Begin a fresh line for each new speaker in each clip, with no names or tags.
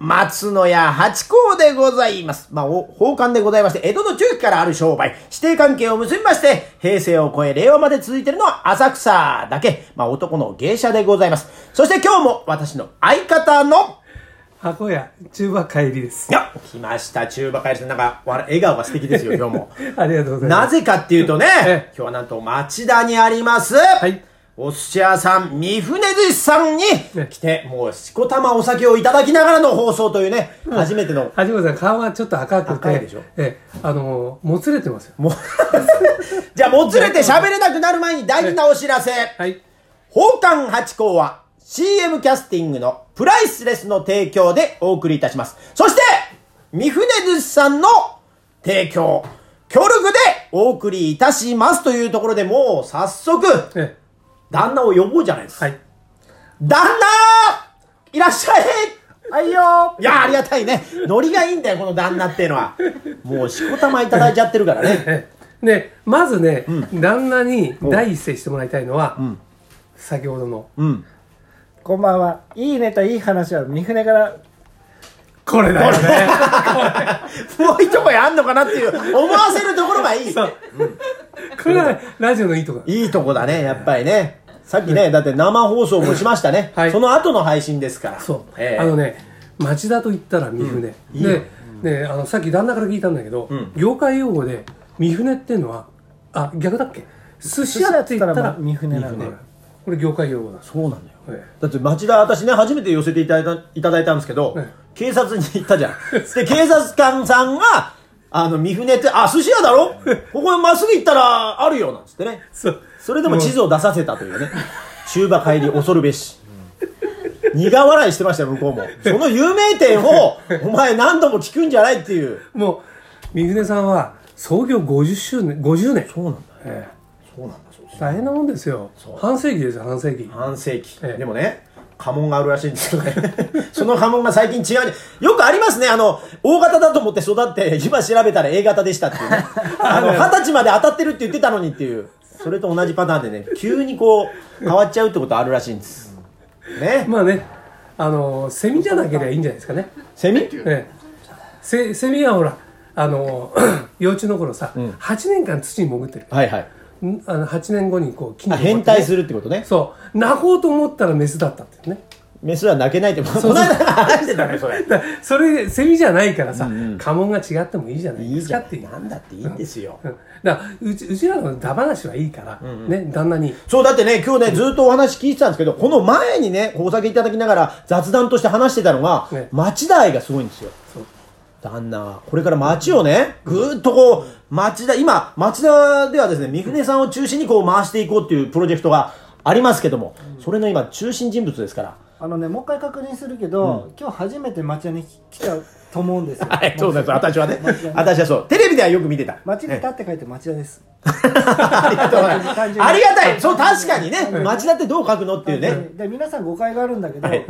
松野屋八甲でございます。まあ、お宝冠でございまして、江戸の中期からある商売、指定関係を結びまして、平成を超え令和まで続いているのは浅草だけ、まあ、男の芸者でございます。そして今日も私の相方の、
箱屋中馬帰りです
いや、来ました、中馬会社なんか、わら笑顔が素敵ですよ、 今日も。
ありがとうございま
な
す
ぜかっていうとね、
ええ
今日はなんと町田にあります、
い
お寿司屋さん、三船寿司さんに
え
来て、もうしこたまお酒をいただきながらの放送というね、初めての。
はじめさん顔はちょっと赤くて
赤いでしょ
ええあのーもつれてますよ
もう じゃあ、もつれて喋れなくなる前に大事なお知らせ。
はい
宝冠八甲は CM キャスティングのプライスレスの提供でお送りいたします。そして、三船寿司さんの提供、協力でお送りいたしますというところでもう早速、
え
旦那を呼ぼうじゃないです
え
か。
はい
旦那いらっしゃいはいよいやありがたいね。ノリがいいんだよ、この旦那っていうのは。もうしこたまいただいちゃってるからね。
ええでまずね、旦那に第一声してもらいたいのは、先ほどの
うん。
こんばんは。いいねといい話は三船から。
これだよね
もう一声あんのかなっていう、思わせるところがいい。
そうこれがラジオのいいとこだ
いいとこだね、やっぱりね。さっきね、だって生放送もしましたね。
はい
その後の配信ですから。
そう、
ええ
あのね町田と言ったら三船、
いいよ
で、ね、あのさっき旦那から聞いたんだけど、
ん
業界用語で三船っていうのはあ逆だっけ寿司屋って言ったら
三船なん
こ
で
れ。これ業界用語だ
そうなのよ。
え
だって町田、私ね、初めて寄せていただいたいただいたんですけど、
え
警察に行ったじゃん。で、警察官さんが、あの、三船って、あ、寿司屋だろここへまっすぐ行ったらあるよ、なんつってね。
そう
それでも地図を出させたというね。 中馬帰り恐るべし。苦笑いしてましたよ、向こうも。その有名店を、お前何度も聞くんじゃないっていう。
もう三船さんは創業50周年50年、
そうなんだ。
え
そうなんだ、そう
え大変なもんですよ半世紀ですよ半世紀
半世紀、
ええ
でもね家紋があるらしいんですよね その家紋が最近違うよくありますねあの O 型だと思って育って今調べたら A 型でしたっていう ねあの二十歳まで当たってるって言ってたのにっていうそれと同じパターンでね急にこう変わっちゃうってことあるらしいんですね
まあねあのセミじゃなければいいんじゃないですかね
セミ
ええ、セセミはほらあの 幼虫の頃さ、8年間土に潜ってる
はいはい
んあの8年後にこう木に
あ
登ってね
変態するってことね
そう泣こうと思ったらメスだったっていうね
メスは泣けないって この間 話してたねそれ
だからそれセミじゃないからさ、家紋が違ってもいいじゃない
い
で
い
す
じ
か
ゃ
ってい
ん
う
なんだっていいんですよ
うんだからうちうちらのダバなしはいいから、ね旦那に
そう、だってね、今日ね、ずっとお話聞いてたんですけど、この前にね、お酒いただきながら雑談として話してたのが、
ね
町田愛がすごいんですよ
そう。
旦那は、これから町をね、ぐーっとこう、町田、今、町田ではですね、三船さんを中心にこう回していこうっていうプロジェクトがありますけども、それの今、中心人物ですから。
あのね、もう一回確認するけど、今日初めて町屋に来たと思うんですよ。
はい、そうです。私はね
町田、
私はそう。テレビではよく見てた。
町に立って書いて町屋です。
ありがとうございます。
単純に
ありがたい。そう、確かにね、町田ってどう書くのっていうね。
で、皆さん誤解があるんだけど、
はい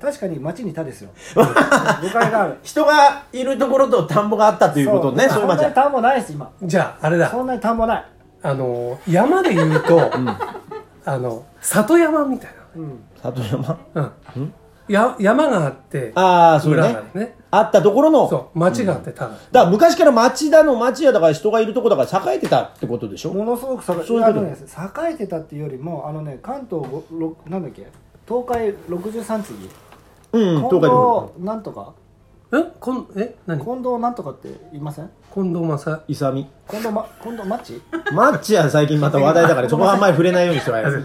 確かに町にたですよ。誤解があ る。
人がいるところと田んぼがあったということね、そうい
そ
うん町
なに
田。
田んぼないです、今。
じゃああれだ
そんなに田んぼない。
あの山で言うと、あの里山みたい
うん。
里山
な、うんや山があって
ああ、そう
村
ね
が。ね
あったところの、
そう町があってただ、
だから昔から町田の町屋だから人がいるとこだから栄えてたってことでしょ
ものすごく
そういうこと
栄えるんです。栄えてたっていうよりも、あのね、関東ご、ろなんだっけ、東海63次。
うん、
近
東海
藤
でも。
なんとか
えこんえ何
近藤なんとかって言いません
近藤正
イサミ。
近藤、ま、近藤マッチ
町屋最近また話題だから、そこはあんまり触れないようにしてもらえます。ね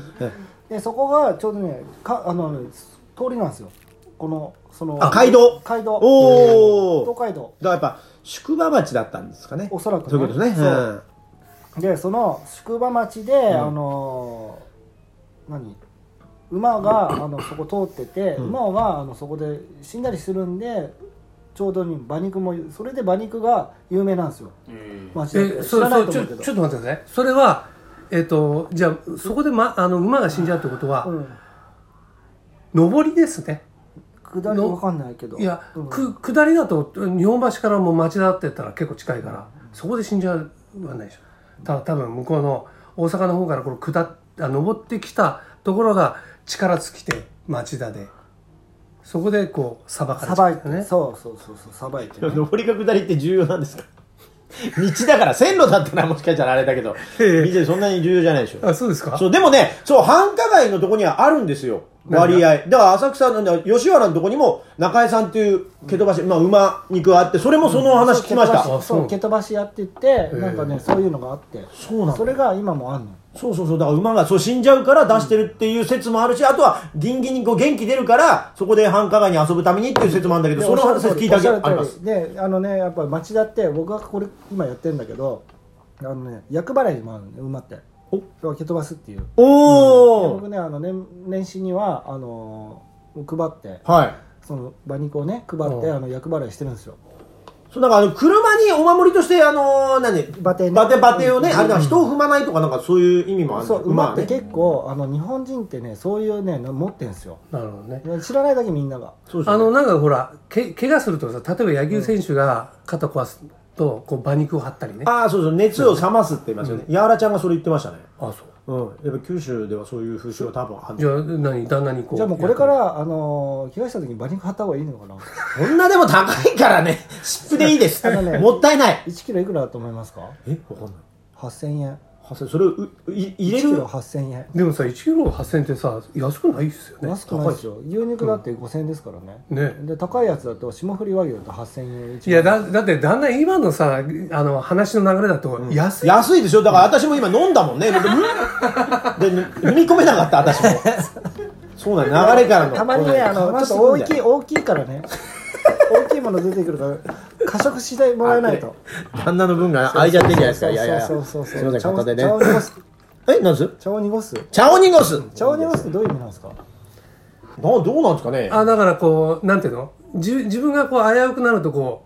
でそこがちょうどねかあのね通りなんですよこのその
あ街道
街道
おー
東海道
だからやっぱ、宿場町だったんですかね。
おそらくね
そういうことですね。
そう
うん
でその宿場町で、あのー何馬 があのそこ通ってて、
ん
馬はあのそこで死んだりするんでちょうどに馬肉もそれで馬肉が有名なんですよ、町だって
え
知
そ
ら
う
な
そ
いうと
ち
思
ょ
うけど
ちょっと待ってくださいそれはえっ、とじゃあそこで、ま、あの馬が死んじゃうってことは、
うん
上りですね
下りわかんないけど
いや、
うん
く下りだと日本橋からもう町田って言ったら結構近いから、そこで死んじゃうはないでしょただ多分向こうの大阪の方からこれ下っあ登ってきたところが力尽きて町田でそこでこうさばかれ
さ
ちゃ
ば
う
い
ん
て
だよ
ね
ね
そうそうそうそうさば いてね、
上りか下りって重要なんですか 道だから線路だったらもしかしたらあれだけど
ええ
道でそんなに重要じゃないでしょ
あそうですか
そう、でもね、そう、繁華街のとこにはあるんですよ。割合。だから浅草の、だから吉原のとこにも、中江さんっていう蹴飛ばし、まあ馬肉があって、それもその話聞きました。
そう
そ
そうう蹴飛ばしやってて、
え
なんかねそういうのがあって
そうなの
それが今もあんの
そうそうそう、だから馬がそう死んじゃうから出してるっていう説もあるし、あとはギンギンにこう元気出るから、そこで繁華街に遊ぶためにっていう説もあるんだけど、その話聞いた
おっし
け
ゃる
あり
通り
ます。
であのねやっぱり町田って僕がこれ今やってるんだけどあのね厄払いにもあるのね馬って
お
そう蹴飛ばすっていう
おー、
僕ねあの年年始にはあの配って
はい。
その馬肉をね配っ
う
て
ん
あの厄払いしてるんですよ
そう、だからあの、車にお守りとして、あのー、何
馬蹄ね
バテバテをね、
うん
あれだから人を踏まないとかなんかそういう意味もあるんだ
そう馬って
ね
結構あの日本人ってねそういうねの持ってんですよ
なるほどね
知らないだけみんなが
そうです
あ
よね
のなんかほらけ怪我するとさ例えば野球選手が肩壊すとこう馬肉を張ったりね
ああ、そうそう、熱を冷ますって言いますよね。やわらちゃんがそれ言ってましたね。
あそう
うん。やっぱ九州ではそういう風習は多分ある
じゃあ何旦那にこう
じゃあもうこれからあの怪我した時に馬肉買った方がいいのかな
こんなでも高いからね、湿布でいいです。
ただね
もったいない。
1キロいくらだと思いますか
え、わかんない。
8000円
はそそれをうい入れ
1キ
る
ロ8000円
でもさ1キロ8000円ってさ安くないっすよね
安くないですよ牛肉だって5000円ですからね、
ね
で高いやつだと霜降り和牛だと8000円一
いやだだって旦那今のさあの話の流れだと安い、
安いでしょだから私も今飲んだもん ね。で、で飲み込めなかった、私も。そうなの、流れからの。
たまにねあのちょっと大きい大きいから ね大きいもの出てくるから過食してもらえないと
旦那の分が空いちゃってんじゃないですか。いやいやいや。すい
そう
ま
そうそう
せ、
そうん
片手ね
茶。を濁す
え、なんです
茶を濁す
茶を濁す。な、
茶を濁すってどういう意味なんですか
どうなんですかね
あだからこうなんていうのじ自分がこう危うくなるとこ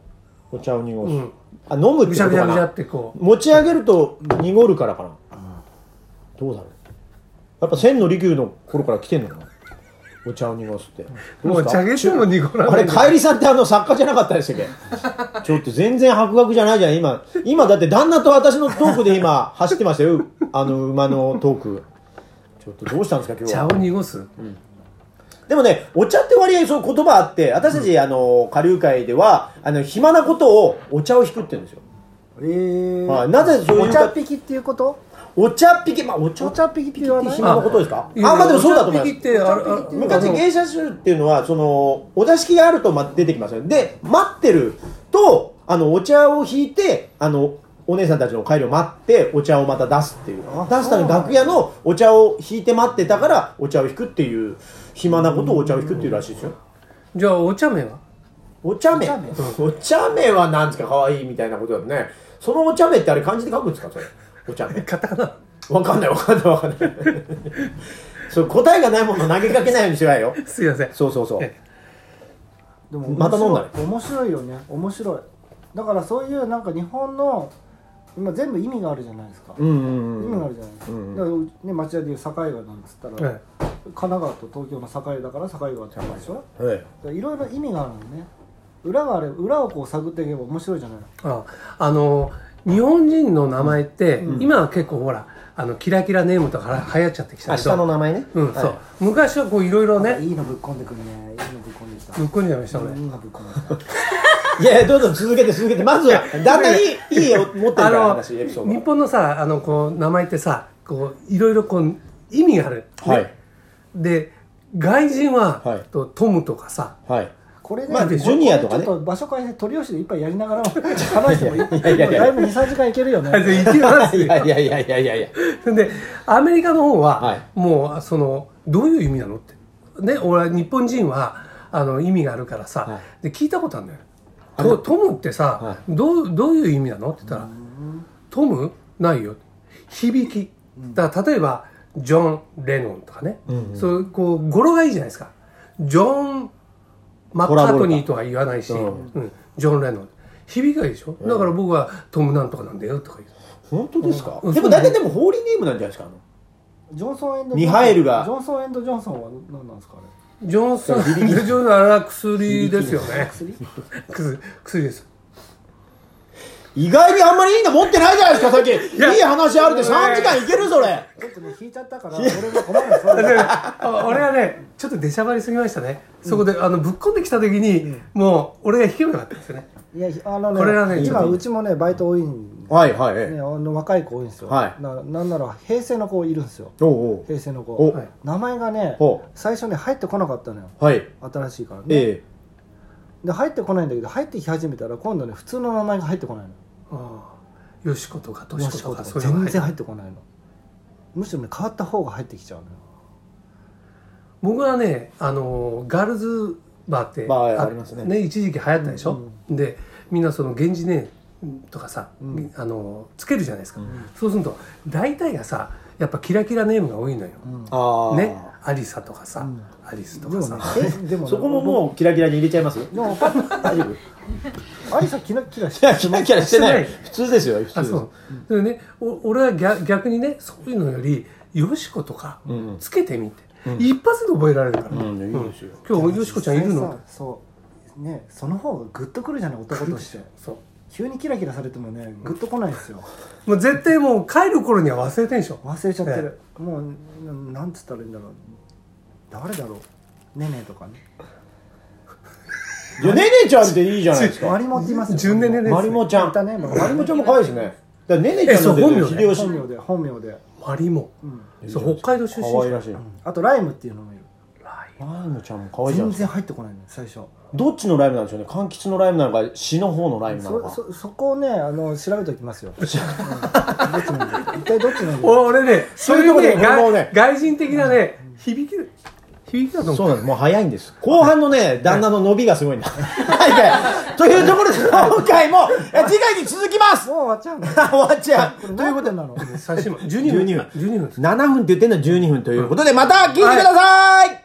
お茶を濁す。
うん
あ、飲むって
うぐ
こ
しゃ
と
ぐし
か
ゃぐしゃ
な
っ。てこ
持ち上げると濁るからかな、どうだろうやっぱ千の利休の頃から来てんのかなお茶を濁すって
うもう茶げても
濁
濁ら
あ
な
れ
い
帰りさんってあの作家じゃなかったでしたっけちょっと全然博学じゃないじゃん今今だって旦那と私のトークで今走ってましたよ あの馬のトークちょっとどうしたんですか今日
茶
は
を濁す、
でもね、お茶って割合そう言葉あって、私たち、あの、下流会では、あの、暇なことをお茶を引くって言うんですよ。
えー
はいなぜそういう
お茶っぴきっていうこと
お茶っ引き、まあ、お茶
お茶っぴきって言わない
暇のことですかあ、
いや
まあでもそうだと思いま
お茶
す
引きってあれあ
昔
あの
芸者集っていうのはそのお座敷があるとま出てきますよねで待ってるとあのお茶を引いてあのお姉さんたちの帰りを待ってお茶をまた出すっていう
あ
出すために楽屋のお茶を引いて待ってたからお茶を引くっていう暇なことをお茶を引くっていうらしいですよ
じゃあお茶目は
お茶目
お茶目
お茶目はなんですか可愛いみたいなことだよねそのお茶目ってあれ漢字で書くんですかそれお茶目
カタカナ
わかんないわかんないわかんないそう答えがないもの投げかけないようにしろよ
すいません
そうそうそう
え
でも
また飲んだね
面白い面白いよね面白いだからそういうなんか日本の今全部意味があるじゃないですか、
うんうん
意
うん
味があるじゃないですか,、だからね町田でいう境川なんつったら、
え
神奈川と東京の境だから境川って言うんでしょだか
はい
らいろいろ意味があるのね裏があれ裏をこう探っていけば面白いじゃない
ああの日本人の名前って、今は結構ほらあのキラキラネームとかは流行っちゃってきた
あ
け
下の
ど、
名前ね
うん
はい
そう昔はこういろいろね
いいのぶっこんでくるねいいのぶっこんできた
向こうにやりました
い
ね
いのぶっこんできた
いやいやどうぞ続けて続けてまずはだんだんいいいいよ持ってるか
あ
ら
の
私エピソード
日本のさあのこう名前ってさこういろいろこう意味がある、ね
はい
で外人は、
はい
とトムとかさ
はい
これね、
まあ
これ
ジュニアとかね
ちょっと場所変えて鳥吉で一杯やりながら話してもいい
いやいやいや
だいぶ23時間いけるよね
で行きま す
い
よ
やいやいやいやいやいや
でアメリカの方は、
はい
もうそのどういう意味なのってね俺は日本人はあの意味があるからさ、
は
で聞いたことあるんだよとトムってさ、
は
どうどういう意味なのって言ったらトムないよ響きだから例えばジョン・レノンとかね、そうこう語呂がいいじゃないですかジョン・マッカートニーとは言わないし、
ト
う
ラボル
んジョン・レノン響きがいいでしょ、だから僕はトムなんとかなんだよとか言う
本当ですか
うん
でも大体でもホーリーネームなんじゃないですかあの
ジョンソンエンド
ミハエルが
ジョンソンエンドジョンソンは何なんですかあれ
ジョンソン・ジョンソンあれは薬ですよね。薬薬です。
意外にあんまりいいの持ってないじゃないですか、さっき。
や
いい話あるって3時間いける、それ。
ちょっとね引いちゃったから俺も困る んですよ
だからあ俺はねちょっと出しゃばりすぎましたねそこであのぶっこんできた時に、もう俺が引けばよかったですよね
いやあの
これはね
ね
ちょっ
今
と
うちもねバイト多いんで
はい、はい、
ね
ええ。
あの若い子多いんですよ
は
ないなんなら平成の子いるんですよ
おう
平成の
おう
子
お
はい
名前がね
ほう
最初ね入ってこなかったのよ
おはい。
新しいからね
え
で入ってこないんだけど入ってき始めたら今度ね普通の名前が入ってこないの
ああよしことかとしことか
もしこ
そ
と
ういうの
全
が入って
然入ってこないのむしろね変わった方が入ってきちゃうのよ
僕はねあのガールズバーって、
バーありますね
一時期流行ったでしょ、でみんなその源氏ねとかさ、
うん
あのつけるじゃないですか、そうすると大体がさやっぱキラキラネームが多いのよ、
え。ああ。
ね。アリサとかさ、
うん
アリスと
で
か
も
さ、
ねえでもね
そこももうキラキラに入れちゃいます
でもパッ
大丈夫
とアリサキラキラし
キラキラキラしてない。
してな
普通ですよ、普通
あ
です。
そう、それでねお俺は逆逆にねそういうのよりよしことか
うんうん
つけてみて、一発で覚えられるから、
うんいいですよ
今日よしこちゃんいるの
さそうねその方がグッとくるじゃない男として
そう
急にキラキラされてもねグッとこないんですよ
もう絶対もう帰る頃には忘れてんでしょ
忘れちゃってる、もうななんつったらいいんだろう誰だろうねねとかね
いやねねちゃんっていいじゃないですか。
マリモって言いますよ
純ねねです
まりもちゃん。
いた
ま
ねまりも
りもちゃんも可愛いですね。だからねねちゃんの
えそう本名ね
秀吉
本。名で本名で、
マリモ、
うん、
そう北海道出身
可愛らしい。
あとライムっていうのもいる
ライムちゃんも可愛いじゃ
全
ん。
然入ってこないのよ最初
どっちのライムなんでしょうね。柑橘のライムなのか、詩の方のライムなの
そ
か。
そそこをねあの調べてお きますよ、うん、どっちなんだろう一体どっちなんだろう
お俺ねそういう
そういうと
ね
こね
が
俺もね
外人的なね響き響きだと
そ
思
うなんで
う
す。もう早いんです。後半のね、旦那の伸びがすごいんだ。はい。というところで、今回も、え次回に続きます
もう終わっちゃうの
終わっちゃう。
どういうことなの
最新版12分
12分
12分です
7分って言ってんのは12分ということで、また聞いてください